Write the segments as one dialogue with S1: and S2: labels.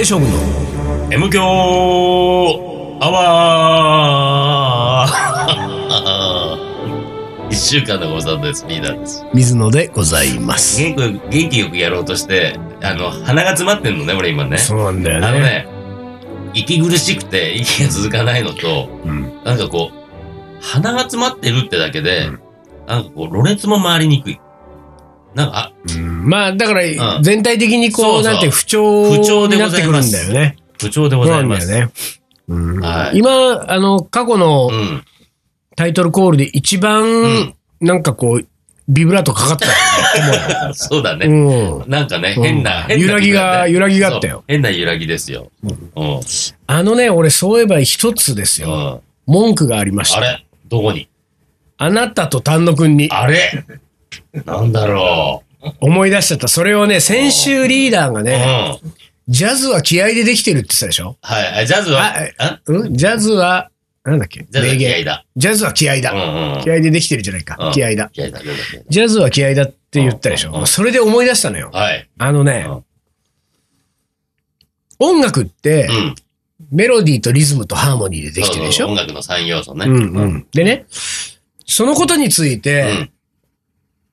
S1: 勝負の
S2: M 強アワー一週間のご無沙汰です。リーダーです。
S1: 水野でございます。
S2: 元気よく、元気よくやろうとして、あの、鼻が詰まってんのね、俺今ね。
S1: そうなんだ
S2: あ
S1: よ
S2: の
S1: ね。
S2: ね、息苦しくて息が続かないのと、
S1: うん、
S2: なんかこう、鼻が詰まってるってだけで、
S1: うん
S2: なんかこう、ろれつも回りにくい。なんか、あ
S1: うんまあ、だから、
S2: うん
S1: 全体的にこう、
S2: そうそう
S1: なんて不調
S2: 不調
S1: に
S2: で
S1: な
S2: ご
S1: って
S2: ざい
S1: くる
S2: ま
S1: ん
S2: す
S1: だよね。
S2: 不調でご
S1: そう
S2: ざ
S1: ないんだ
S2: ます。
S1: よね。うん
S2: はい
S1: 今、あの、過去の
S2: うん。
S1: タイトルコールで一番
S2: ん、
S1: なんかこう、ビブラートかかった
S2: あそうだね。
S1: よね。うん。
S2: なんかね、
S1: うん
S2: 変な、変な
S1: 揺らぎが
S2: 気分
S1: 揺
S2: だね
S1: らぎがあったよ
S2: そう変な揺らぎですよ。うん。うん。
S1: あのね、俺そういえば一つですよ。
S2: あ
S1: 文句がありました。
S2: れどこに
S1: あなたと丹野くんに
S2: あれなんだろ
S1: 思い出しちゃった。それをね、先週リーダーが
S2: う。うん。
S1: ね、
S2: はい
S1: ジャズは気合でできてるって言ってたでしょ
S2: あ。ジャズは、
S1: あ
S2: あ
S1: うんジャズは、なんだっけ
S2: ジャズは
S1: 名
S2: 気合い
S1: 言。
S2: だ。
S1: ジャズは気合
S2: うんう
S1: だ。
S2: んうん。
S1: 気合でできてるじゃない
S2: うん
S1: か。気合だ。
S2: 気合いだ。気合いだ気合い
S1: ジャズは気合だって言ったでし
S2: うんうんう
S1: ょ。
S2: ん
S1: それで思い出したのよ。
S2: だはい。
S1: あのね
S2: うん、
S1: 音楽って
S2: うん。
S1: メロディーとリズムとハーモニーでできてるでし
S2: そうそう音
S1: ょ
S2: 楽の三要素ね。
S1: うんうん。でね、そのことについうて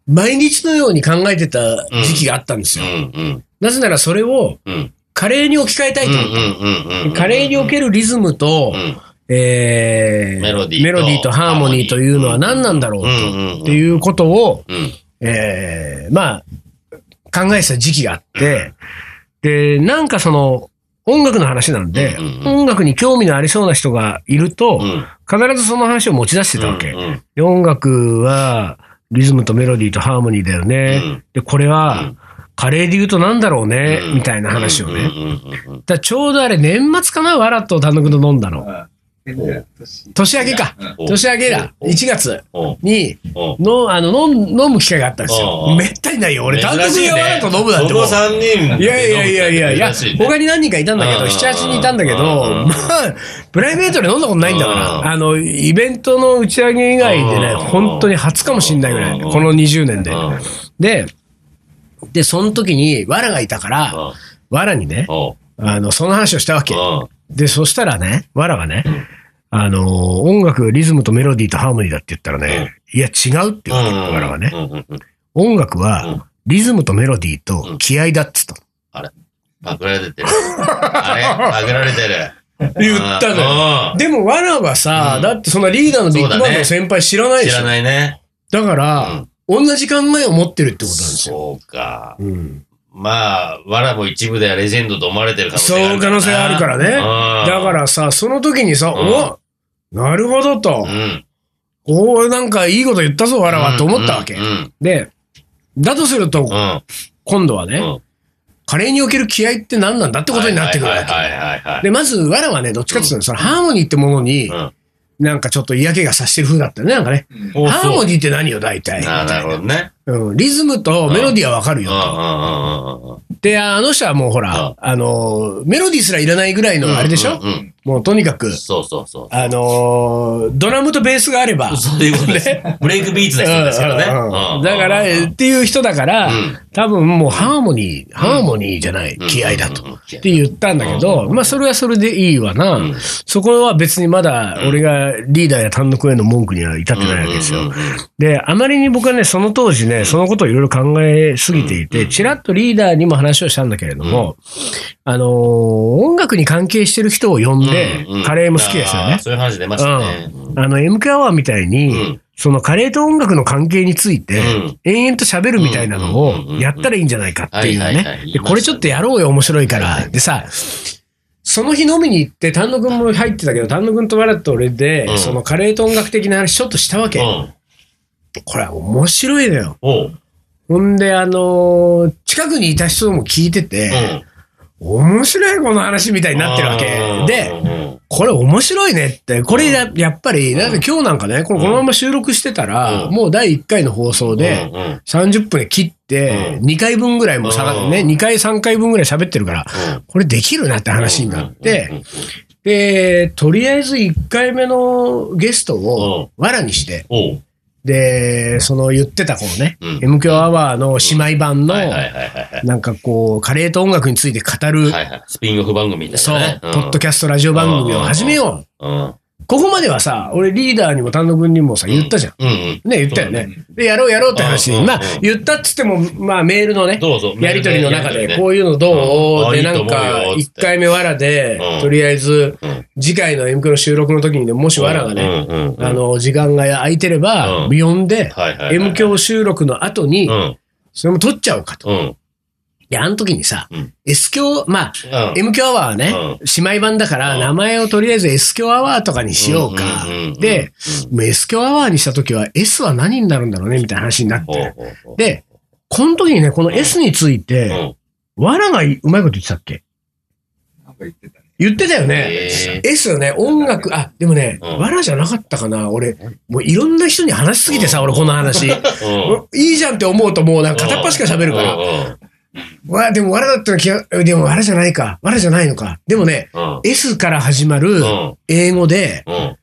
S2: ん、。
S1: 毎日のように考えてた時期があったんです
S2: う
S1: よ。
S2: んうん。
S1: なぜならそれを
S2: うん。
S1: カレーに置き換えたい
S2: うん
S1: と
S2: う
S1: 思った。
S2: んうんうん。
S1: カレーにおけるリズムと
S2: う、ん。
S1: えー
S2: メロディーと
S1: ハーモニーというのは何なんだろう
S2: う
S1: と
S2: んうん。
S1: って
S2: う。
S1: いうことを、
S2: うん。
S1: えーまあ、考えてた時期があって、で、なんかその、音楽の話なんで、
S2: うんうんうん
S1: 音楽に興味のありそうな人がいると
S2: う、ん。
S1: 必ずその話を持ち出してたわけ
S2: う。ん。
S1: で音楽は、リズムとメロディーとハーモニーだよね。
S2: うん
S1: で、これ
S2: う
S1: は
S2: ん、
S1: カレーで言うとなんだろうね、
S2: うん
S1: みたいな話をね。
S2: うんうんうん
S1: だからちょうどあれ、年末かな、わらと単独の飲んだの。
S3: あ変な年
S1: 年明けか。
S2: うん
S1: 年明けだ。
S2: おう
S1: 1月
S2: おう
S1: に、
S2: おう
S1: の、あの、飲む飲む機会があったんです
S2: おうお
S1: よ。
S2: う
S1: めったにないよ。俺、単独
S2: 珍しい
S1: で
S2: ね
S1: わらと飲むなんて
S2: こ
S1: もう
S2: の三人
S1: いやいやいやいやいや、
S2: 珍しいね
S1: 他に何人かいたんだけ
S2: うん
S1: ど、
S2: うんうん
S1: 7、8人いたんだけど、
S2: うん
S1: ま
S2: うんうん
S1: あ、プライベートで飲んだことないんだか
S2: うん
S1: ら、あの、イベントの打ち上げ以外でね、
S2: うん
S1: 本当に初かもしんないぐらい、
S2: うんうん
S1: この20年で。
S2: うん
S1: で、で、その時に、わらがいたから、
S2: うん
S1: わらにね、
S2: おう
S1: あの、その話をしたわけ。
S2: うん
S1: で、そしたらね、わらがね、あのー音楽、リズムとメロディーとハーモニーだって言ったらね、いや、違うって言うわけ、わらがね。
S2: うんうんうん
S1: 音楽
S2: うん
S1: は、リズムとメロディー
S2: う
S1: と
S2: ん
S1: 気合だっつったの。
S2: パクられてる。あれパクられてる。
S1: 言ったのよ。
S2: の
S1: でも、わらはさ、
S2: うん
S1: だってそんなリーダーのビッグバンドの先輩知らないでし
S2: 知
S1: ょ。
S2: ら
S1: だ
S2: ないね。
S1: から、同じ考えを持ってるってことなんですよ。
S2: そうか。
S1: うん
S2: まあ、わらも一部ではレジェンドと思われてる可能性があ
S1: そう
S2: る
S1: 可
S2: からな。
S1: 能性あるからね。だ
S2: だ
S1: からさ、その時にさ、
S2: ん
S1: おなるほどと
S2: う、ん。
S1: おおなんかいいこと言ったぞ、わらは、と思ったわけ
S2: うん。。うん
S1: で、だとすると
S2: う、ん。
S1: 今度はね、
S2: うん
S1: カレーにおける気合って何なんだってことになってくるわけ。
S2: はいはいはいはい。
S1: で、まず、わらはね、どっちかっていうと、そのハーモニーってものに、
S2: うん
S1: なんかちょっと嫌気がさしてる風だったよね、なんかね。
S2: お
S1: ハーモ
S2: そう
S1: ニーって何よ、大体。
S2: あーなるほどね。
S1: うん、リズムとメロディーはわかる
S2: うん
S1: よ
S2: う
S1: と。
S2: んうんうんうん。
S1: で、あの人はもうほら、
S2: うん
S1: あのー、メロディーすらいらないぐらいのあれでしょ、
S2: うんうん
S1: もうとにかく
S2: うん、そうそうそう。
S1: あのー、ドラムとベースがあれば。
S2: そういうことです。ブレイクビーツな人ですからね。
S1: うんうん
S2: うん
S1: だから、えっていう人だから、
S2: うん
S1: 多分もうハーモニー、ハーモニーじゃない、気合だと。
S2: うんうんうん
S1: って言ったんだけど、まあそれはそれでいいわな。
S2: うん
S1: そこは別にまだ俺がリーダーや単独への文句には至ってないわけです
S2: うん
S1: よ
S2: うんうんうん。
S1: で、あまりに僕はね、その当時ね、そのことをいろいろ考えすぎていて、ちらっとリーダーにも話をしたんだけれども、あのー音楽に関係してる人を呼んで
S2: うんうん、
S1: カレーも好きですよ
S2: あ
S1: ね
S2: ー。そういう話出ましたね。
S1: うん、あの、MK アワーみたいに、
S2: うん
S1: そのカレーと音楽の関係について、
S2: うん
S1: 延々と喋るみたいなの
S2: うんうんうんう
S1: を
S2: ん
S1: やったらいいんじゃないかっていう
S2: はいはいはい
S1: ね
S2: 言いま。し
S1: で、
S2: たね
S1: これちょっとやろうよ、面白いから。でさ、その日飲みに行って、丹野くんも入ってたけど、丹野くんと笑って俺で、
S2: うん
S1: そのカレーと音楽的な話ちょっとしたわけ。
S2: うん。
S1: これは面白いのよ。
S2: おう。
S1: ほんで、あのー近くにいた人も聞いて
S2: う
S1: て、
S2: ん。
S1: 面白いこの話みたいになってるわ
S2: うん
S1: け。で、
S2: うんうん
S1: これ面白いねって、これややっぱり、なんか今日なんかね、これこのまま収録してたら、
S2: うん
S1: もう第1回の放送で、
S2: うんうん
S1: 30分で切って、
S2: う
S1: 2回分ぐらいも下が
S2: う
S1: っ
S2: ん
S1: ね、2回3回分ぐらい喋ってるから、
S2: うん
S1: これできるなって話になっ
S2: うんう
S1: て、
S2: ん
S1: で、とりあえず1回目のゲスト
S2: うん
S1: を、わらにして、
S2: おう。
S1: で、その言ってたこうね、
S2: うん
S1: M 響アワーの姉妹版の、
S2: はいはいはいはい
S1: なんかこう、カレーと音楽について語る、
S2: はいはい。スピンオフ番組みたい
S1: そう、
S2: なね。
S1: ポッドキャストラジオ番組を始めよ
S2: うん。うん
S1: う。ここまではさ、俺リーダーにも丹野君にもさ、言ったじゃん。
S2: うんうん。
S1: ね、言ったよね。で、やろうやろうって話
S2: うんう
S1: に、
S2: ん
S1: まあ
S2: うん、
S1: 言ったっつっても、まあ、メールのね、
S2: どうぞ。
S1: やりとりの中で、こ
S2: いう
S1: いうのどう
S2: うん
S1: で、
S2: あ
S1: ない
S2: いと
S1: ん
S2: 思うよ
S1: か、
S2: つっ
S1: 1
S2: て
S1: 回目わらで
S2: う、ん
S1: とりあえず
S2: うん、
S1: 次回の M クの収録の時にね、もしわらがね、
S2: ね。うんうんうん。
S1: あの、時間が空いてれば、
S2: うん
S1: 呼んで、
S2: はいはいはいはい
S1: M 響収録の後に
S2: う、ん。
S1: それも撮っちゃおうかと。
S2: うん。
S1: で、あの時にさ
S2: うん
S1: S 響、まあ、
S2: うん
S1: M 響アワーはね
S2: う、
S1: 姉妹版だから、
S2: うん
S1: 名前をとりあえず S 響アワーとかにしようか
S2: うんうんうんうん。
S1: で、もう S 響アワーにした時は S は何になるんだろうね、みたいな話になっ
S2: ほう
S1: て。
S2: ほうほう、
S1: で、この時にね、この S についうて、
S2: ん。
S1: わらがうまいこと言ってたっけ
S3: なんか言ってたね。
S1: 言ってたよね。
S2: え
S1: S よね、音楽、あ、でもね、
S2: うん
S1: わらじゃなかったかな。俺、もういろんな人に話しすぎてさ、俺この話。
S2: ーうん。
S1: いいじゃんって思うともうなんか片っ端から喋るか
S2: う
S1: ら。
S2: ん
S1: わあ、でもわらだったら気が、でもわらじゃないか。わらじゃないのか。でもね、
S2: うん。うん。
S1: S から始まる
S2: うん
S1: 英語で、
S2: うん。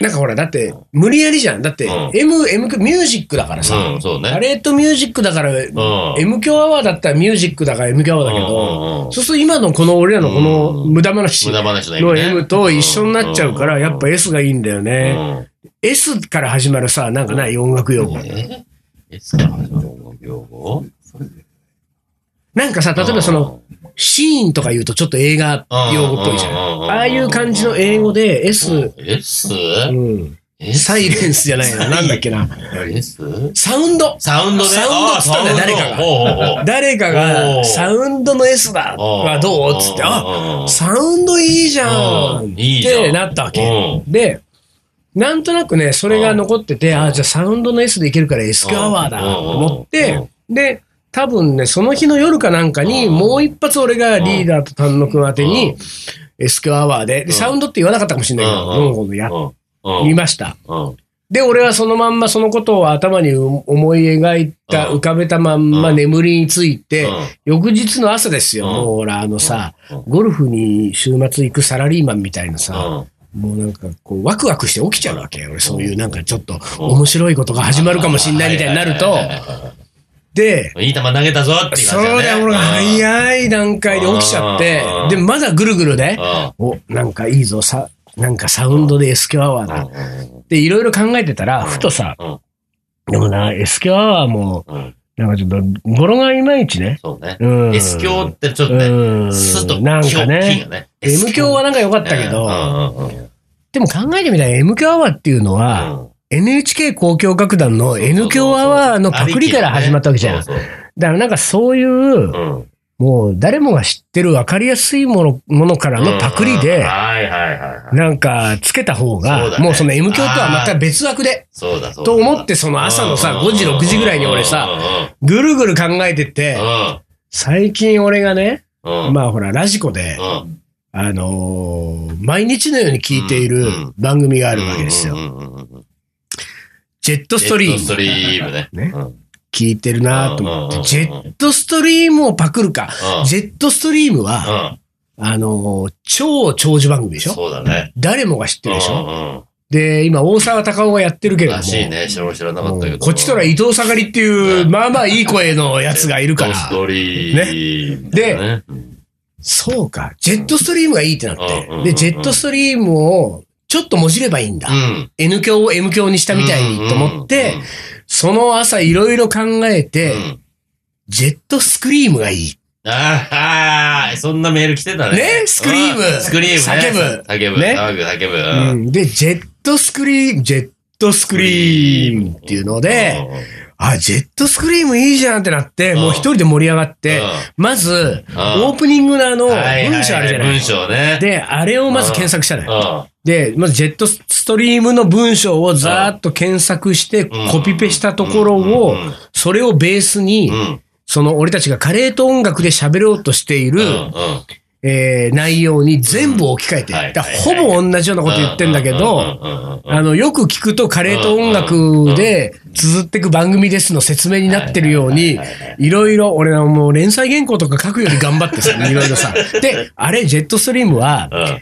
S1: なんかほら、だって無理やりじゃん。だって
S2: うん
S1: M、M、ミュージックだからさ。
S2: うん、そうね。
S1: パレートミュージックだから、
S2: うん。
S1: M 響アワーだったらミュージックだから M 響アワーだけど、
S2: うんうんうん
S1: そうすると今のこの俺らのこの無駄話
S2: 無駄話の意味
S1: の
S2: ね
S1: M と一緒になっちゃうから、やっぱ S がいいんだよね。
S2: うん
S1: S から始まるさ、なんかない音楽用語。
S2: えいつから始まるの用語
S3: それで、
S1: なんかさ、例えばその、、シーンとか言うとちょっと映画用語っぽいじゃん。
S2: うんうんうんうん
S1: ああいう感じの英語で
S2: うん
S1: S、
S2: S?
S1: うん、
S2: S?
S1: サイレンスじゃないな。なんだっけな。
S2: S?
S1: サウンド
S2: サウンドね。
S1: サウンドっつったんだよ誰かが
S2: が
S1: 誰か
S2: お
S1: が
S2: ー
S1: サウンドの S だはどうっつって、あ、
S2: あ
S1: サウンドいいじゃん
S2: うんいいじゃん
S1: ってなったわけ
S2: う。
S1: で、なんとなくね、それが残ってて、あ、じゃあサウンドの S でいけるから S アワーだと思っ
S2: う
S1: て
S2: ん、
S1: で、多分ね、その日の夜かなんかに、
S2: うん
S1: もう一発俺がリーダーと丹野くん宛てに、S アワーで、
S2: う
S1: で
S2: ん
S1: サウンドって言わなかったかもしれないけ
S2: うん
S1: ど、どうもや
S2: うん
S1: りました。
S2: うん
S1: で、俺はそのまんまそのことを頭に思い描いた、
S2: うん
S1: 浮かべたまんま
S2: うん
S1: 眠りについて、
S2: うん
S1: 翌日の朝ですよ、
S2: うん
S1: もうほら、あのさ、
S2: うん
S1: ゴルフに週末行くサラリーマンみたいなさ、
S2: うん
S1: もうなんかこう、ワクワクして起きちゃうわけよ。俺、そういうなんかちょっと
S2: うん
S1: 面白いことが始まるかもしんないみたいになると
S2: はいはいはい、はいは
S1: で、
S2: いいい球投げたぞっていう
S1: そ
S2: 感じだね。
S1: うだよ、俺が早い段階で起きちゃって
S2: うん、
S1: で、まだぐるぐるで、
S2: う
S1: お、なんかいいぞ、さ、なんかサウンドで S 響アワーだ。
S2: んうん
S1: で、いろいろ考えてたら、ふとさ、
S2: うん
S1: でもな、S 響アワーも、
S2: うんうん
S1: なんかちょっと、語呂がいまいちね。
S2: そうね。
S1: うん。
S2: S 教ってちょっとね、
S1: うん
S2: スと
S1: なん
S2: 強
S1: か
S2: 金
S1: ね
S2: が。ね。
S1: M 響はなんか良かったけど、
S2: うんうんうん
S1: でも考えてみたら M 響アワーっていうのは、NHK 交響楽団の N 響アワーのパクリから始まったわけじゃん。
S2: そうそう
S1: だからなんかそういう、
S2: うん
S1: もう誰もが知ってる分かりやすいものものからのパクリ
S2: うん
S1: で、
S2: はいはいはいはい。
S1: なんかつけた方
S2: そうだ
S1: が、
S2: ね
S1: もうその M 響とはまた別枠で、
S2: そうだそうだ。
S1: と思ってその朝のさ、5時、6時ぐらいに俺さ、ぐるぐる考えてって
S2: うん、
S1: 最近俺がね、
S2: うんうん、
S1: まあほら、ラジコで、
S2: あ、
S1: あのー毎日のように聞いている
S2: うん
S1: 番組が
S2: あ
S1: あるわけですよ。
S2: よ。
S1: ジェットス
S2: ス
S1: ト
S2: ト
S1: リー
S2: リーム。
S1: ム
S2: ス。トリームね。
S1: ね
S2: うん
S1: 聞いてるなと思っ
S2: うんうんうんう
S1: て、
S2: ん
S1: ジェットストリームをパクるか。ジェットストリーム
S2: う
S1: は、
S2: んうん
S1: あのー、超長寿番組でしょ
S2: そうだね。
S1: 誰もが知ってるでし
S2: う
S1: ょ
S2: んうん
S1: で、今、大沢たかおがやってるけれども
S2: ら、しいね。知ら知らなかった
S1: も
S2: けど。
S1: うこっちとら伊藤さがりっていう、
S2: うん
S1: まあまあいい声のやつがいるか
S2: ジェットス
S1: ら、
S2: トリームだね。うん
S1: そうか、ジェットストリームがいいってなって
S2: うんうんう、ん
S1: で、ジェットストリームをちょっともじればいいんだ
S2: う。ん。
S1: N 響を M 響にしたみたいにと思って、その朝いろいろ考え
S2: うん、
S1: て、
S2: うんうん
S1: ジェットスクリームがいい。
S2: ああ、そんなメール来てたね。
S1: ねスクリーム
S2: うんスクリーム、ね。
S1: 叫ぶ
S2: 叫ぶ。
S1: ね
S2: 騒ぐ、叫ぶ。
S1: う
S2: うん
S1: ん、で、ジェットスクリーム、ジェットスクリームっていうので、、あ、ジェットスクリームいいじゃんってなって、
S2: うん
S1: もう一人で盛り上がって、まず、オープニングのあの、
S2: プ
S1: 文章あるじゃない
S2: 文章ね。
S1: で、あれをまず検索したの
S2: うん、
S1: よ。で、まずジェットストリームの文章をざーっと検索して、
S2: うん
S1: コピペしたところを
S2: うんうんうん、
S1: それをベース
S2: う
S1: に、
S2: ん。
S1: その俺たちがカレーと音楽で喋ろうとしている
S2: う、ん。うん
S1: えー内容に全部置き換えて、
S2: うんはい
S1: だからほ
S2: はいはい
S1: ぼ同じようなこと言ってんだけど、
S2: うんうんうんうんうん
S1: あの、よく聞くとカレーと音楽で綴ってく番組ですの説明になってるように
S2: はいはいはいは、
S1: いろいろ、俺はもう連載原稿とか書くより頑張ってさ、いろいろさ。で、あれ、ジェットストリームは、
S2: うん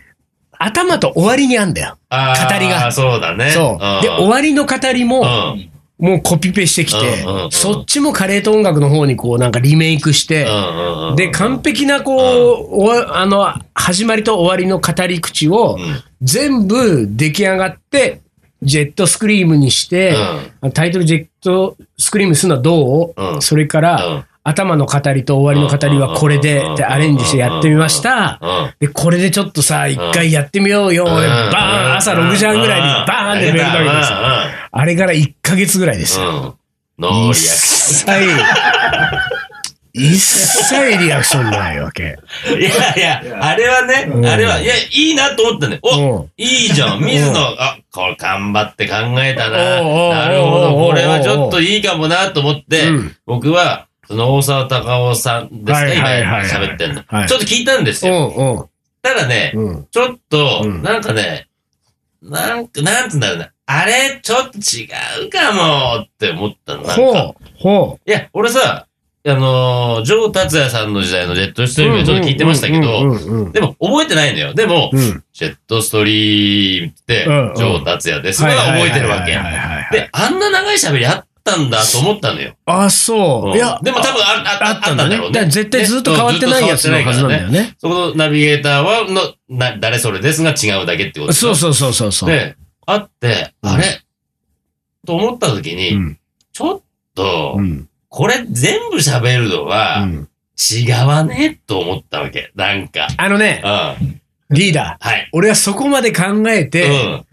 S1: 頭と終わりにあんだよ。
S2: あー
S1: 語りが
S2: そうだね。
S1: そう。で、終わりの語りも、
S2: わうん。
S1: もうコピペしてきて
S2: うんうんう、ん
S1: そっちもカレーと音楽の方にこうなんかリメイクして、
S2: うんうん。
S1: で、完璧なこう、おわあの、始まりと終わりの語り口を
S2: うん
S1: 全部出来上がって、ジェットスクリームにして、タイトルジェットスクリームするのはどう、
S2: うん
S1: それから、頭の語りと終わりの語りはこれで、ってアレンジしてやってみました。
S2: うん。
S1: で、これでちょっとさ、一回やってみようよ。でバーン、朝6時半ぐらいにバーンってメールかけてさ。あれから1ヶ月ぐらいですよ。
S2: うん。ノーリアク
S1: 一
S2: シ
S1: 切、 一切リアクションないわけ。
S2: ョン。いやいや、あれはね
S1: うん、
S2: あれは、いや、いいなと思ったね。
S1: う
S2: お
S1: ん
S2: いいじゃん。水野、あ、これ頑張って考えたな。
S1: おうおうおう
S2: なるほ
S1: おうおうおう
S2: ど。これはちょっといいかもなと思って
S1: うん、
S2: 僕は、その大沢たかおさんで
S1: は
S2: すか
S1: い
S2: 今
S1: はいはいはい
S2: 喋ってんの
S1: はい。
S2: ちょっと聞いたんです
S1: うん
S2: よ。ただね、
S1: うんうん。
S2: ちょっと、
S1: うん
S2: なんかね、なんか、なんつうんだろうな。あれ、ちょっと違うかもって思ったの。なん
S1: ほ
S2: か
S1: う、ほ
S2: いや、俺さ、あのー、ジョー達也さんの時代のジェットス
S1: う。
S2: トリームでちょっと聞いてましたけ
S1: うん
S2: ど、
S1: うんうんうん
S2: でも覚えてないんだよ。でも、
S1: うん。
S2: ジェットストリームって、ジ
S1: うんうん
S2: ョー達也です。まだ覚えてるわ
S1: は
S2: け。
S1: いはいはいはい
S2: で、あんな長い喋りあったんだと思ったのよ。
S1: あ、そう。
S2: い
S1: い
S2: や
S1: や、、
S2: でも多分あああ
S1: あ
S2: あ
S1: った
S2: った
S1: ん
S2: ん
S1: だ
S2: だ
S1: ね。
S2: ろう
S1: だ
S2: ね。
S1: から絶対ずっと変わってないやつのはずなんだよね。
S2: そこのナビゲーターは、の、な、誰それですが違うだけってこと
S1: そうそうそうそうそう。
S2: で、あって、
S1: うん
S2: あれと思った時に、
S1: うん
S2: ちょっと
S1: う、ん。
S2: これ全部喋るの
S1: う
S2: は
S1: ん
S2: 違わねと思ったわけ。なんか。
S1: あのね
S2: うん。、は
S1: リーダー。
S2: い。
S1: 俺はそこまで考え
S2: う
S1: て、
S2: ん。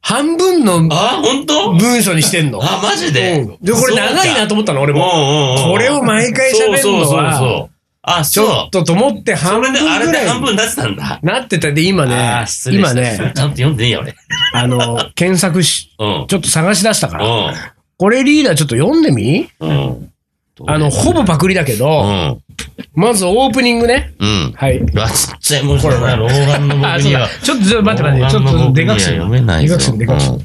S1: 半分の
S2: あ、本当
S1: 文章にしてんの。
S2: あ、マジで
S1: うんで、これ長いな
S2: と
S1: と思ったの、俺も。
S2: 思
S1: これを毎回喋るの
S2: そうそうそう
S1: は、
S2: そう。あ、
S1: ちょ
S2: そ
S1: っとと思って
S2: う。
S1: 半分
S2: それ
S1: ぐ
S2: で、あれで
S1: ら
S2: 半
S1: い
S2: 分になってたんだ。
S1: なってた。で、今
S2: あ
S1: ね
S2: ー、失礼
S1: 今
S2: した
S1: ね、
S2: ちゃんと読んでいいよ、俺。
S1: あの、検索し、
S2: うん。
S1: ちょっと探し出したから。
S2: う
S1: これリーダーちょっと読んでみ
S2: ん。うん。
S1: あの、ほぼパクリだけ
S2: う
S1: ど、
S2: ん。
S1: まずオープニングね。
S2: うん。
S1: はい。
S2: うわ、ちっちゃい文字だな、老眼の
S1: あ、
S2: 僕
S1: そう
S2: には
S1: だ。。ちょっとちょっと待って待って、ちょっとでかくする
S2: 読。めない
S1: で
S2: ぞ
S1: かくする、でかくする。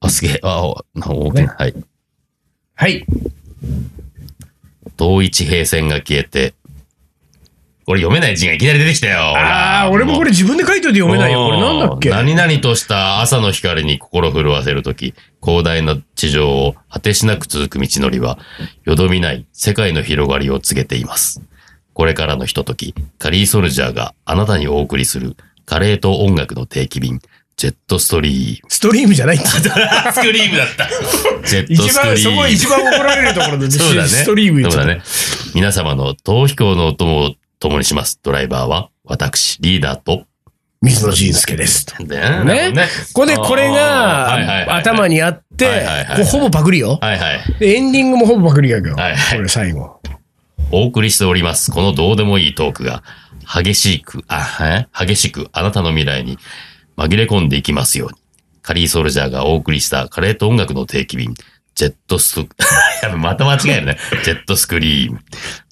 S2: あ、すげえ。あ、おな大きな。はい。
S1: はい。
S2: 同一平線が消えて。これ読めない字がいきなり出てきたよ。
S1: ああ、俺もこ
S2: れ
S1: れ自分で書いといて読めないよ。これなんだっけ
S2: 何々とした朝の光に心震わせるとき、広大な地上を果てしなく続く道のりは、よどみない世界の広がりを告げています。これからのひととき、カリーソルジャーがあなたにお送りする、カレーと音楽の定期便、ジェットストリー ム。
S1: ストリームじゃないって
S2: スクリームだった。ジェット
S1: 一
S2: スト
S1: 番、
S2: リ
S1: そ
S2: ー
S1: こ
S2: ム
S1: が。一番怒られるところで、
S2: そうだね。
S1: ストリーム言っち
S2: そ
S1: ゃ
S2: う
S1: った
S2: だね。皆様の逃避行のお供を共にします。ドライバーは、私、リーダーと、
S1: 水野仁介です。
S2: ね
S1: ねこれで、これ
S2: はい
S1: が、頭
S2: に。
S1: にあっ
S2: は
S1: て
S2: いはいはい、
S1: こうほぼパクリよ。
S2: はいはい。
S1: でエンディングもほぼパクリやけど、こ
S2: はいはい
S1: れ最後。
S2: お送りしております。このどうでもいいトークが、激しく、あ、え激しくあなたの未来に紛れ込んでいきますように。カリーソルジャーがお送りしたカレーと音楽の定期便、ジェットス、 やべ、また間違えるね。ジェットスクリーム。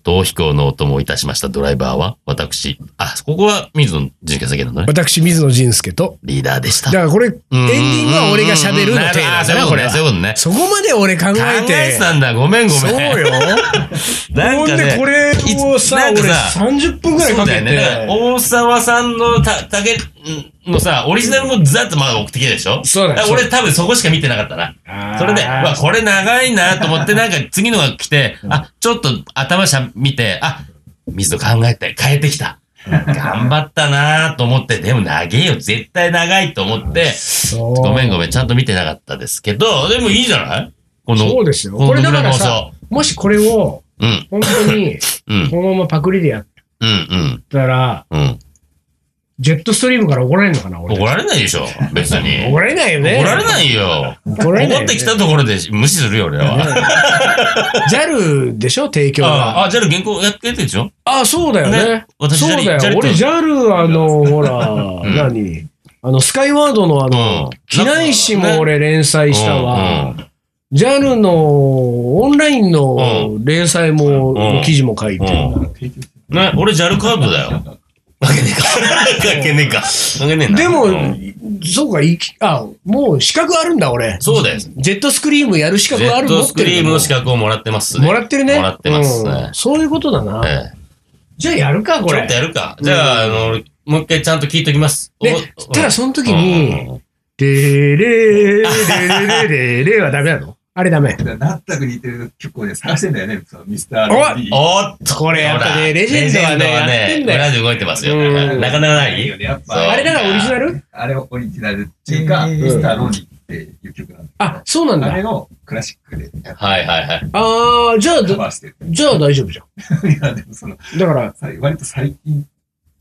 S2: 同飛行のお供をいたしましたドライバーは、私、あ、ここは水野人家先なのね。
S1: 私、水野仁介と。
S2: リーダーでした
S1: だ。からこれ、エンデ
S2: うん
S1: ィングは俺が喋るの手
S2: あ
S1: だ
S2: ーそ
S1: か
S2: ういう
S1: ら、
S2: こ
S1: ことれ
S2: ね。そういう
S1: は。
S2: こ
S1: そこ
S2: とね。
S1: まで俺考
S2: 考
S1: え
S2: え
S1: て
S2: て。たんだ。ごめんごめん。
S1: そうよ。
S2: なん
S1: ほん
S2: かね
S1: で、これをさ、
S2: なん
S1: 俺
S2: かさ
S1: 30分ぐらい
S2: そう
S1: か
S2: だ
S1: け
S2: よね。だから
S1: て。
S2: 大沢さんのた、たけ、んのさ、オリジナルもザッとまだ送ってきたでしょ
S1: そうだよ
S2: から俺多分そこしか見てなかったな。それで、う
S1: あー
S2: わ、これ長いなと思って、なんか次のが来て、あ、ちょっと頭しゃ見て、あ、水野考えて、変えてきた。頑張ったなと思って、でも長えよ、絶対長いと思って、
S1: そう
S2: ごめんごめん、ちゃんと見てなかったですけど、でもいいじゃないこの、
S1: そうですよ。
S2: こ
S1: こ
S2: の
S1: れ
S2: ド
S1: だか
S2: ラマ
S1: ら
S2: 放
S1: さ
S2: 送、。
S1: もしこれを、
S2: うん、
S1: 本当 に、
S2: うん、
S1: このままパクリでやっ
S2: うん、うん、
S1: たら、
S2: うん。
S1: ジェットストリームから怒られるのかな、俺。
S2: 怒られないでしょ、別 に。
S1: 怒られないよね。
S2: 怒られないよ。
S1: 怒られないよね。
S2: 怒ってきたところで無視するよ、俺は。
S1: JAL でしょ提供が。
S2: ああ、じゃあ原稿やってるでしょ
S1: ああ、そうだよね
S2: ね。私
S1: そう
S2: JAL
S1: だ
S2: JAL
S1: よ。
S2: と
S1: 俺 JAL、あの、ほら、
S2: うん
S1: 何あの、スカイワードのあ
S2: うん
S1: の、機内誌も俺連載したわ
S2: う。
S1: JAL のオンラインの
S2: う
S1: 連載も
S2: う、ん
S1: 記事も書いてる。
S2: うん。ね、俺 JAL カードだよ。わけねえか。わけねえか。わけねえな。
S1: でも
S2: うん、
S1: そうか、いきあ、もう資格あるんだ、俺。
S2: そうだよ。ジ
S1: ジェットスクリームやる資格
S2: ェ
S1: ある持
S2: ット
S1: って
S2: スク
S1: る
S2: リ
S1: け
S2: ーム
S1: ど
S2: の資格をもらってますね。
S1: もらってるね。
S2: もらってますね
S1: うんそういうことだな。
S2: ええ
S1: じゃあやるか、こ
S2: ち
S1: れ。
S2: ょっとやるか。じゃあ、あの、もう一回ちゃんと聞いときます。
S1: で
S2: お
S1: ただその時に、、
S2: うん
S1: でれー、でれれれれはダメなのあれダメ。
S3: だから全く似てる曲をね、探してんだよね、そのミスター
S1: おい
S3: B
S2: おっと
S1: これやっぱね
S2: ほら
S1: レジェンドはね
S2: レジ
S1: やってんだよ
S2: 裏で動いてますよ。
S1: うん
S2: なかなかな
S3: よ
S2: い
S3: ね、やっ
S2: そう
S3: ぱ。
S1: あ
S3: あ
S1: れ
S3: れ
S1: だからオリジナル
S3: あれをオリジナルっていうか、
S4: うん
S3: ミスターロニーっていう曲なんだ
S1: あ、そうなん
S3: けど、
S1: だ。
S3: あれをクラシックでやっ
S2: はいはいはい。
S1: あー、じゃあ
S3: カ
S1: だ、
S3: バーしてる。
S1: じゃあ大丈夫じゃ
S3: いや、でもその、
S1: ん。だから、
S3: さ割と最近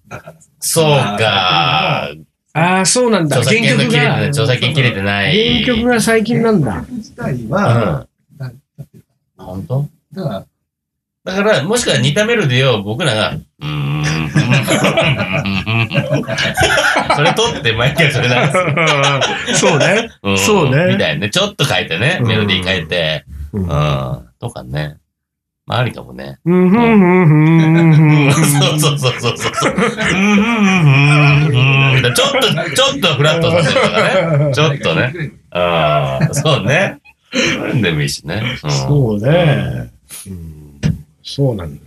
S3: だからさ。
S2: そうか。
S1: あー、そうなんだ。
S2: 著
S1: 原
S2: 作
S1: 曲
S2: 権が切れて
S1: が、
S2: ない。
S1: 原
S2: 著作権切れてない。
S1: 曲が最近なん だ。
S3: 曲自体は、だ
S2: うん。本当
S3: だから、
S2: だから、もしくは似たメロディーを僕らが、うーん。それ取って毎回それなんですよ。
S1: そうね。
S2: ん
S1: そうね
S2: みたいなね。ちょっと変えてね。
S1: うん
S2: メロディー変えて。
S1: う
S2: うん
S1: ん。
S2: とかね。まあ、ありかもね。
S1: うん、ふんふんふんふんふ ん
S2: そうそうそうそうそう。ちょっと、ちょっとフラットさせるとかね。ちょっとね。
S3: ね。
S2: ああ、そうね。なんでもいいしね。うん
S1: そうね。うんそうなん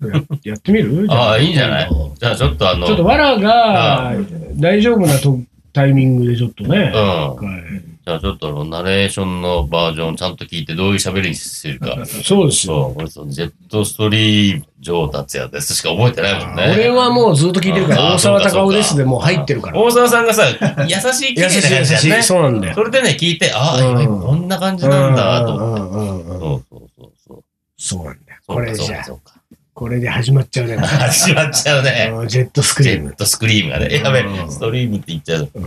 S1: だ よ。ややってみる
S2: ああ、いいんじゃない
S1: ちょ
S2: じゃあちょっとあの、
S1: っとわらが大丈夫なとタイミングでちょっとね。
S2: うん。
S1: はい
S2: じゃあちょっとあのナレーションのバージョンちゃんと聞いてどういう喋りにするか。
S1: そうですよ。
S2: そう、俺そのジェットストリーム、ジョー達也ですしか覚えてないもんね。
S1: 俺はもうずっと聞いてるか
S2: あ
S1: ら、
S2: あ
S1: 大沢
S2: そうか
S1: たかおですで
S2: そうか
S1: もう入ってるから。
S2: 大沢さんがさ、優しい綺
S1: 優し
S2: 麗
S1: い優
S2: な感じ
S1: し
S2: だ
S1: い。
S2: ね。
S1: そうなんだよ。
S2: それでね、聞いて、ああ、
S1: うん
S2: こんな感じなんだ、と。
S1: うんうんうんうん
S2: そうそうそうそう。
S1: そうなんだよ。
S2: そう
S1: こ
S2: か
S1: れ
S2: そう
S1: じゃ
S2: か
S1: あ
S2: そうか。
S1: これで始まっちゃうね。
S2: 始まっちゃう
S1: あ
S2: ね。
S1: のジェットスク
S2: ジ
S1: リー
S2: ェッ
S1: ム。
S2: トスクリームがね。やべ
S1: う、ん
S2: ストリームって言っちゃう。ジ
S1: うん
S2: ェ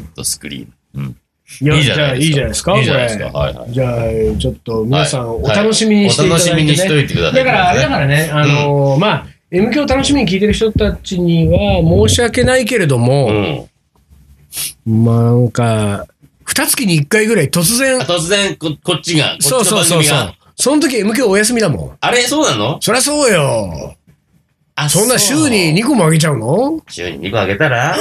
S2: ットスクリーム。
S1: いや
S2: いい
S1: じ
S2: じゃ
S1: ゃ
S2: な
S1: あ
S2: い
S1: い
S2: ですか。
S1: いじゃないですか、こ
S2: いいじゃ
S1: れ。
S2: ないですか。はいは
S1: じゃ
S2: い。
S1: あ、ちょっと皆さん
S2: はい
S1: お楽しみにしていただいて、ね
S2: お楽しみにしておいてください。
S1: だから、あれだからね、あのーまあ、M 響を楽しみに聞いてる人たちには申し訳ないけれど
S2: う
S1: も、
S2: ん。
S1: まあなんか、二月に一回ぐらい突然
S2: あ、突然こ、こっちが、こっち
S1: そう
S2: の
S1: そう
S2: 番
S1: そう
S2: 組
S1: そう
S2: が。。
S1: その時 M 響お休みだもん。
S2: あれそうなの
S1: そりゃそうよ。
S2: あ、
S1: そんな週に2個もあげちゃうの
S2: そう。週に2個あげたら、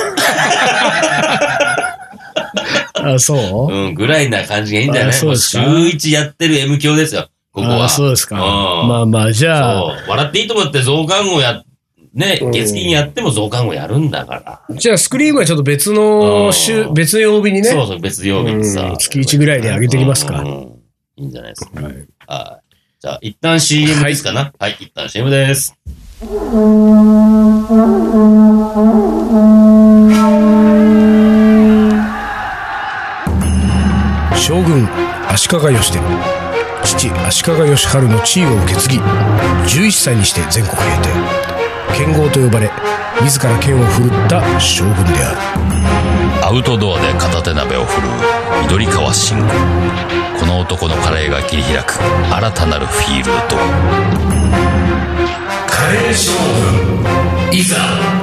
S1: あ、そう、
S2: うん、ぐらいな感じがいいんじゃ
S1: あ
S2: ない
S1: そう
S2: もう
S1: です
S2: 週
S1: か
S2: 1やってる M 教ですよ。ここは。
S1: あ、そう
S2: う。
S1: ですか。
S2: ん
S1: まあまあ、じゃあ、
S2: 笑っていいと思って増刊号や、ね、
S1: うん
S2: 月金やっても増刊号やるんだから。
S1: じゃあスクリームはちょっと別の週
S2: う、ん
S1: 別の曜日にね。
S2: そうそう、別曜日に
S1: う
S2: さ
S1: ん。月一ぐらいで上げてきますか
S2: うんうんいいんじゃないですか。
S1: はい
S2: はい。じゃあ、一旦 CM ですかな。はい、一旦 CM です。
S5: 将軍足利義輝父足利義晴の地位を受け継ぎ11歳にして全国平定剣豪と呼ばれ自ら剣を振るった将軍である
S2: アウトドアで片手鍋を振るう緑川慎吾この男のカレーが切り開く新たなるフィールドカレー将軍いざ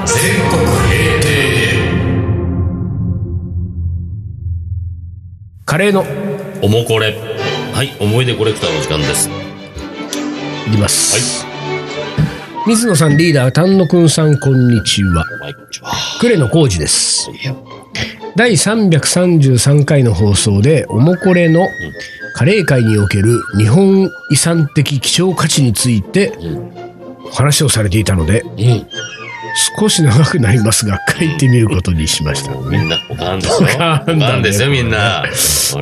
S2: 全国平定
S1: カレーの、
S2: おもこれはい思い出コレクターの時間です
S1: いきます。水野さんリーダー、丹野くんさん、こんにちは。
S2: お前こんにちは
S1: 呉野浩二です。
S2: いや
S1: 第333回の放送で、おもこれのカレー界における日本遺産的希少価値について
S2: うん
S1: お話をされていたので、
S2: うん
S1: 少し長くなりますが、書いてみることにしました。
S2: みんなおかんですよ
S1: おかんだ
S2: お
S1: ね
S2: かんですよみんなあ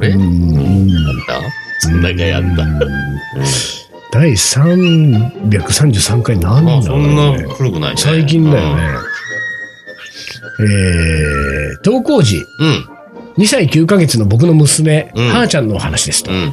S2: れ
S1: うん
S2: なんだそんだけやった
S1: 第333回なん
S2: ま
S1: だ
S2: あそ
S1: ろうんね
S2: な古くないね
S1: 最近だよね。えー、登校時、
S2: うん
S1: 2歳9ヶ月の僕の娘、
S2: うん
S1: はーちゃんのお話ですと
S2: う。んうんうん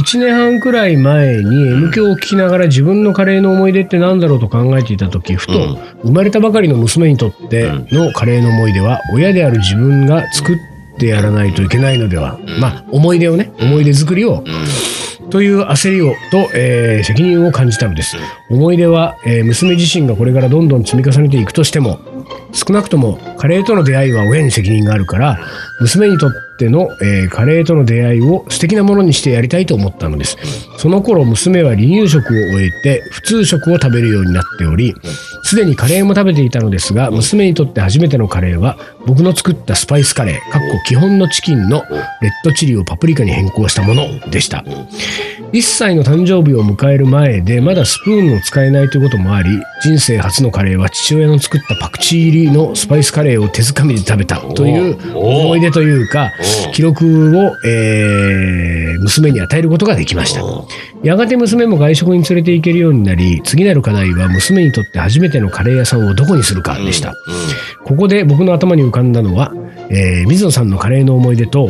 S1: 1年半くらい前に M 響を聞きながら自分のカレーの思い出って何だろうと考えていた時ふ
S2: うん
S1: と生まれたばかりの娘にとってのカレーの思い出は親である自分が作ってやらないといけないのでは
S2: ん
S1: まあ思い出をね思い出作りを
S2: うん
S1: という焦りをと、えー責任を感じたのです思い出は、えー娘自身がこれからどんどん積み重ねていくとしても少なくともカレーとの出会いは親に責任があるから娘にとっての、えーカレーとの出会いを素敵なものにしてやりたいと思ったのですその頃娘は離乳食を終えて普通食を食べるようになっておりすでにカレーも食べていたのですが娘にとって初めてのカレーは僕の作ったスパイスカレーかっこ基本のチキンのレッドチリをパプリカに変更したものでした1歳の誕生日を迎える前でまだスプーンを使えないということもあり人生初のカレーは父親の作ったパクチー入りのスパイスカレーを手づかみで食べたという思い出というか
S2: おう
S1: 記録を、えー娘に与えることができました
S2: おう
S1: やがて娘も外食に連れて行けるようになり次なる課題は娘にとって初めてのカレー屋さんをどこにするかでした、ここで僕の頭に浮かんだのは、えー水野さんのカレーの思い出と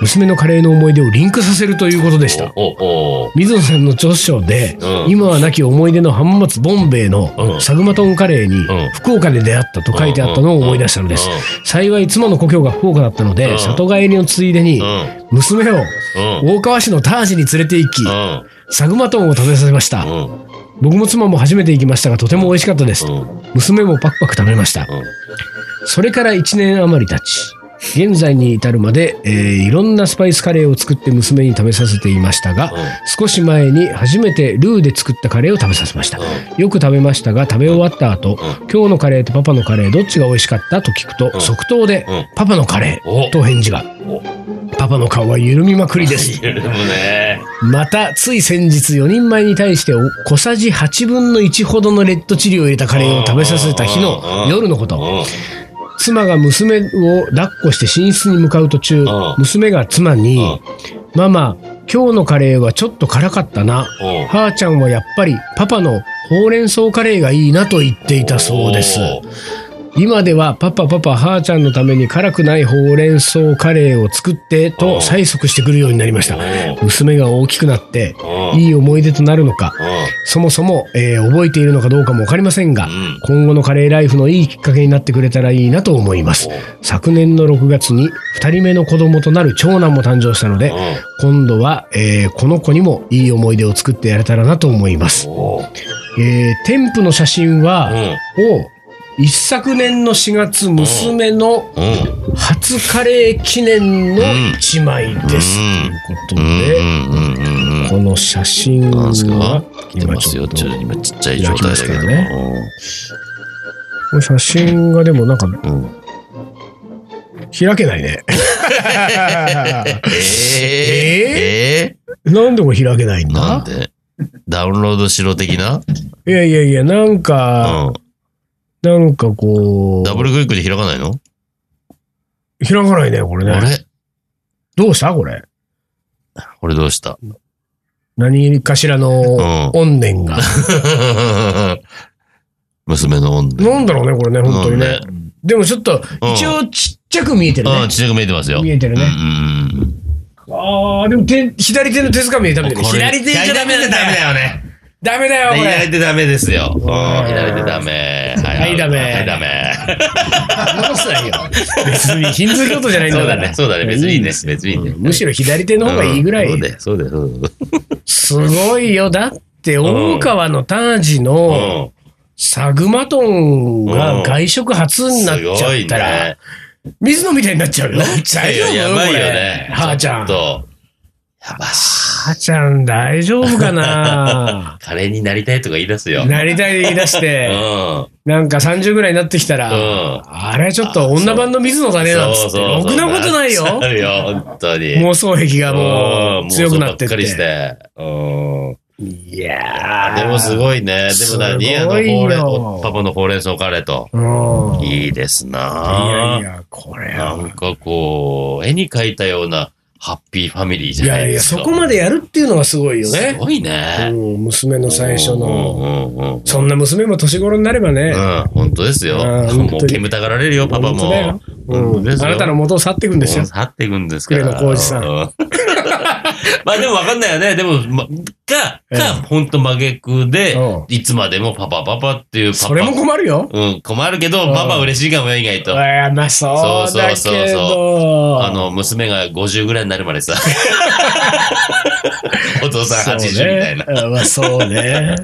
S1: 娘のカレーの思い出をリンクさせるということでした
S2: おうおう
S1: 水野さんの著書で、
S2: うん
S1: 今は亡き思い出の浜松ボンベイ
S2: うん
S1: のサグマトンカレーに
S2: うん
S1: 福岡で出会ったと書いてあったのを思い出したのです。幸い妻の故郷が福岡だったの
S2: う
S1: で、
S2: ん
S1: 里帰りのついで
S2: う
S1: に
S2: ん、うん
S1: 娘を
S2: うん
S1: 大川市のタージに連れて行き、サグマトンを食べさせました。
S2: うん
S1: 僕も妻も初めて行きましたが、とても美味しかったです。
S2: うん
S1: 娘もパクパク食べました。それから1年余り経ち、現在に至るまで、えーいろんなスパイスカレーを作って娘に食べさせていましたが、少し前に初めてルーで作ったカレーを食べさせました。よく食べましたが、食べ終わった後、今日のカレーとパパのカレーどっちが美味しかったと聞く
S2: う
S1: と、
S2: ん
S1: 即答で
S2: うん、
S1: パパのカレ
S2: お
S1: ーと返事が
S2: お。
S1: パパの顔は緩みまくりです。
S2: 緩むね。
S1: また、つい先日4人前に対してお小さじ8分の1ほどのレッドチリを入れたカレーを食べさせた日の
S2: うん
S1: 夜のこ
S2: うん
S1: と。妻が娘を抱っこして寝室に向かう途中
S2: ん、
S1: 娘が妻
S2: う
S1: に
S2: ん、
S1: ママ、今日のカレーはちょっと辛かったな。
S2: おう
S1: 母ちゃんはやっぱりパパのほうれん草カレーがいいなと言っていたそうです。
S2: お
S1: 今ではパパパパ母ちゃんのために辛くないほうれん草カレーを作って
S2: お
S1: と催促してくるようになりました。
S2: お
S1: 娘が大きくなって
S2: お
S1: いい思い出となるのか、
S2: う
S1: そもそも、えー覚えているのかどうかもわかりませんが、
S2: ん
S1: 今後のカレーライフのいいきっかけになってくれたらいいなと思います。昨年の6月に2人目の子供となる長男も誕生したので、今度は、えーこの子にもいい思い出を作ってやれたらなと思います。
S2: おう
S1: えー添付の写真
S2: う
S1: は、
S2: ん
S1: を、一昨年の4月、娘の
S2: うん
S1: 初カレー記念の一枚です。といううこと
S2: ん
S1: で、
S2: うんうんうん
S1: この写真
S2: なんです
S1: は
S2: か、来て
S1: 今
S2: ます
S1: ちょ
S2: よ。
S1: っと
S2: ちょっと今ちっちゃい状態だ
S1: 開き
S2: け
S1: ます
S2: ど。
S1: からこの写真がでもなんか
S2: うんうん
S1: 開けない ね。
S2: えええ
S1: なんでこれ開けないん
S2: ーな
S1: だ
S2: んでダウンロードしろ的ない
S1: やいやいや、なんか、
S2: う
S1: なんかこう、
S2: ん。ダブルクリックで開かないの
S1: 開かないね、これ
S2: あ
S1: ね。
S2: れ
S1: どうしたこれ。
S2: これどうした
S1: 何かしらの怨念 が。
S2: 娘の温度。
S1: なんだろうね、これね、本当にね。
S2: う
S1: でもちょっと、
S2: うん
S1: 一応ちっちゃく見えてる
S2: ん、
S1: ね。
S2: ちっちゃく見えてますよ。
S1: 見えてるね
S2: うんうん
S1: ああ、でも手、左手の手づかみでダメだよ。
S2: これ
S1: 左手じゃダメだ
S2: 左手
S1: よ。
S2: ダメだよね。
S1: ダメだよ、こ
S2: 左
S1: れ。
S2: 手ダメですよ。うん
S1: ん
S2: 左手ダメ。
S1: はいダメ
S2: はい、ダメ。
S1: 戻すないよ。別に、ヒンズー教徒じゃないん
S2: そ
S1: だ
S2: う
S1: か
S2: だ
S1: ら
S2: ね。。そうだね。別にいいね。別にいいね。
S1: むしろ左手の方がいいぐら
S2: うんそう
S1: い。
S2: だよ、そうだよ、そうだよ。
S1: すごいよ。だって、大川のタージの
S2: うん
S1: サグマトン
S2: う
S1: が
S2: ん
S1: 外食初になっちゃったら、水野みたいになっちゃうよ。なっち
S2: すごいね。やばいよね。
S1: はーちゃん。
S2: ち
S1: は
S2: ょっと、やばし。
S1: ーちゃん大丈夫かな
S2: カレーになりたいとか言 い出すよ。
S1: なりたい言い出し
S2: うん。
S1: て、なんか30ぐらいになってきたら、
S2: うん。
S1: あれちょっと女版の水野だねなんつって。ろくなことないよ。
S2: あるよ、本当に。
S1: 妄想癖がも
S2: ん
S1: う強くなってっ。
S2: 妄想ばっかりしてて。うん。
S1: いやー。
S2: でもすごいね。でも何あ
S1: す
S2: の、
S1: ごいよ
S2: ほうれんおパパのほうれん草カレーと。
S1: うん。い
S2: いいです
S1: や
S2: ない
S1: や、これ
S2: な
S1: は。
S2: んかこう、絵に描いたようなハッピーファミリーじ
S1: い
S2: ゃな
S1: や
S2: い
S1: い
S2: で
S1: や、
S2: す
S1: そ
S2: か。
S1: こまでやるっていうのがすごいよ
S2: す
S1: ね。
S2: ごいね。
S1: うん、娘の最初
S2: う
S1: の。
S2: んうんうん。
S1: そんな娘も年頃になればね。
S2: うん、本当ですよ。
S1: うん本当に
S2: もう煙たがられるよ、パパ
S1: 本当だよ
S2: も。
S1: う
S2: 本当
S1: ん、
S2: です
S1: あ
S2: よ
S1: なたの元を去っていくんですよ。
S2: 去っていくんですから。
S1: 上野浩二さん
S2: うん まあでもわかんないよね。でも、ま、か、
S1: ええ
S2: か、ほんと真逆で
S1: うん、
S2: いつまでもパパパパっていうパパ。
S1: それも困るよ。
S2: うん、困るけど、
S1: うん
S2: パパ嬉しいかもよ、意外
S1: い
S2: と。
S1: や、まあそうだ
S2: そうそう
S1: け
S2: そう
S1: ど。
S2: あの、娘が50ぐらいになるまで さ。お父さん80みたいな。
S1: な。うんまあそうね。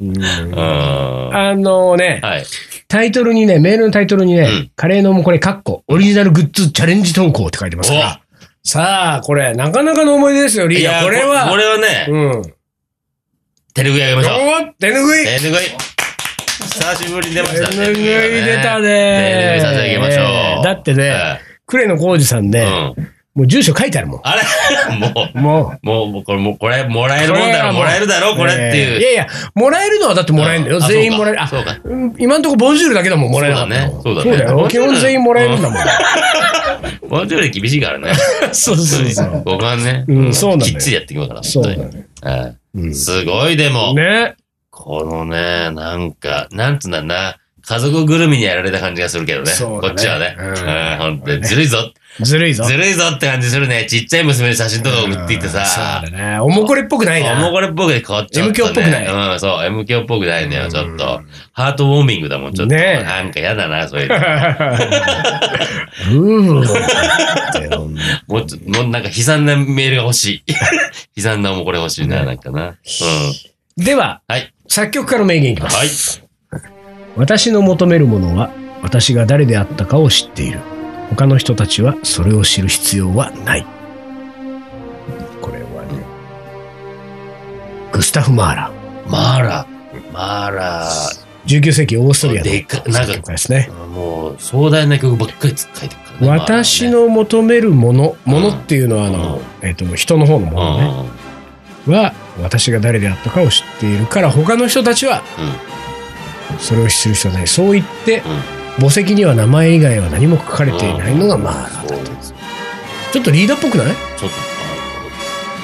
S1: うん
S2: うん。
S1: あのね、
S2: はい。
S1: タイトルにね、メールのタイトルにね、
S2: うん
S1: カレーのもこれ、カッコ、オリジナルグッズチャレンジ投稿って書いてますから。さあ、これ、なかなかの思い出ですよ、リーダー。これは。
S2: これはね、
S1: うん。
S2: 手拭いあげましょう。
S1: おー手ぬぐい
S2: 手ぬぐい。久しぶりに出ました。
S1: 手ぬぐい出たね
S2: 手ぬぐいさせてあげましょう。
S1: だってね
S2: は
S1: クレの浩二さん
S2: い
S1: ね、
S2: うん。
S1: もう住所書いてあるも
S2: あれ も
S1: ん。もう。
S2: う、もう、もうこれ、もう、これ、もらえるもんだろ、もらえるだろ、これって
S1: えー
S2: いう。
S1: いやいや、もらえるのはだってもらえるんだよ。
S2: うんあ
S1: 全員もらえる。あ、
S2: そうかそう
S1: うん今んとこボンジュールだけだもん、もらえなかったの
S2: そう
S1: そ
S2: だねそうう
S1: だ
S2: だね
S1: よ。基本全員もらえるんだもん。
S2: ワンジョで厳しいからね。
S1: そうそうそう。
S2: 五番ね。
S1: うんそうなんだよ
S2: きっちりやってきますから、
S1: そう
S2: 本
S1: だ
S2: 当に。
S1: ね。
S2: はい
S1: うん
S2: すごい、でも、
S1: ね。
S2: このね、なんか、なんつうんだろうな、家族ぐるみにやられた感じがするけどね。
S1: そうだね
S2: こっちはね。
S1: う
S2: うんん、本当にずるいぞ、
S1: ずるいぞ。
S2: ずるいぞって感じするね。ちっちゃい娘に写真とか送っていって
S1: うん
S2: さ
S1: そ、うだね。おもこれっぽくない
S2: おも
S1: な。
S2: これっぽくでこっちょとね
S1: M 教っぽくな
S2: うん、そう、M 教っぽくないね
S1: う、ん
S2: ちょっと。ハートウォーミングだもん、ちょっと。
S1: ねえ
S2: なんか嫌だ な、そういうの。
S1: う ーん。
S2: もうちょっと、もうなんか悲惨なメールが欲しい。 悲惨なおもこれ欲しいな、なんかな。うん。
S1: では、
S2: はい
S1: 作曲家の名言いきます。
S2: はい。
S1: 私の求めるものは私が誰であったかを知っている他の人たちはそれを知る必要はないこれはねグスタフ・マーラ
S2: マーラ、マーラ、
S1: 19世紀オーストリアの
S2: でかなんか
S1: 作曲家ですね
S2: もう壮大な曲ばっかり書いてるからね。
S1: 私の求めるもの、ものっていうのはあの、
S2: うん
S1: えっと人の方のも
S2: マー
S1: の
S2: ラ
S1: ね、
S2: は
S1: は
S2: ね、
S1: 私が誰であったかを知っているから他の人たちは
S2: うん。うん。
S1: それを知る必要はないそう言って
S2: うん
S1: 墓石には名前以外は何も書かれていないのがマーラーだ
S2: そうですよ
S1: ちょっとリーダーっぽくない
S2: ちょっと、あ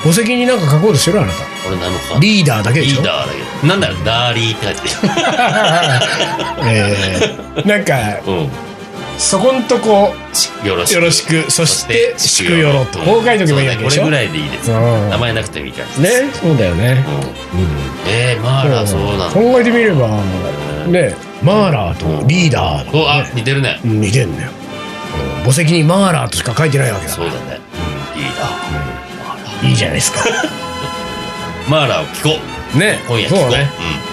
S1: 墓石になんか書こうとしてるあな
S2: の俺何も
S1: た。
S2: か
S1: リーダーだけで
S2: リ
S1: しょ
S2: ーダーだけど。なんだろう、ダーリーって書いて
S1: えーなんか、
S2: る。うん。
S1: そこんとこ、
S2: しよろしく。
S1: よろしく、そして、しくよろと。こう書いとけばいいわけでしょ
S2: そうねこれぐらいでいいです。
S1: うん
S2: 名前なくてもいいから。うん。
S1: ね、そうだよね。うん
S2: えー、マーラ、そうなんだ。
S1: 考えてみれば、ね、マーラーとリーダーだ
S2: お
S1: もん
S2: あ
S1: ね、
S2: 似てるね。
S1: うん似てんだよ。うん墓石にマーラーとしか書いてないわけだ。
S2: そうだね。うん、いいな。
S1: いいじゃないですか。
S2: マーラを聞こう。
S1: ね
S2: 今夜聞
S1: そう
S2: こう。
S1: だね。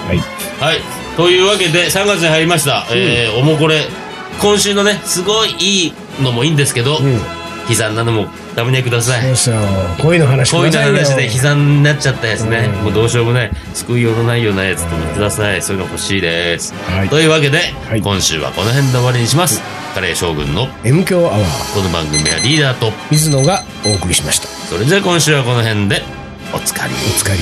S2: うんはい。というわけで、3月に入りました。えー、おもこれ、今週のね、すごいいいのもいいんですけど、
S1: うん。
S2: 悲惨なのもダメにくださ
S1: そう
S2: い。
S1: そう。恋の話
S2: こういう話で悲
S1: 膝
S2: 惨になっちゃったやつね、
S1: うん
S2: もうどうしようもない、救いようのないようなやつと思ってください。そういうの欲しいです。
S1: はい。
S2: というわけで、
S1: い
S2: 今週はこの辺で終わりにします。カレー将軍の
S1: M 強アワー、
S2: この番組はリーダーと、
S1: 水野がお送りしました。
S2: それじゃあ今週はこの辺で、おつかり。
S1: お疲れ。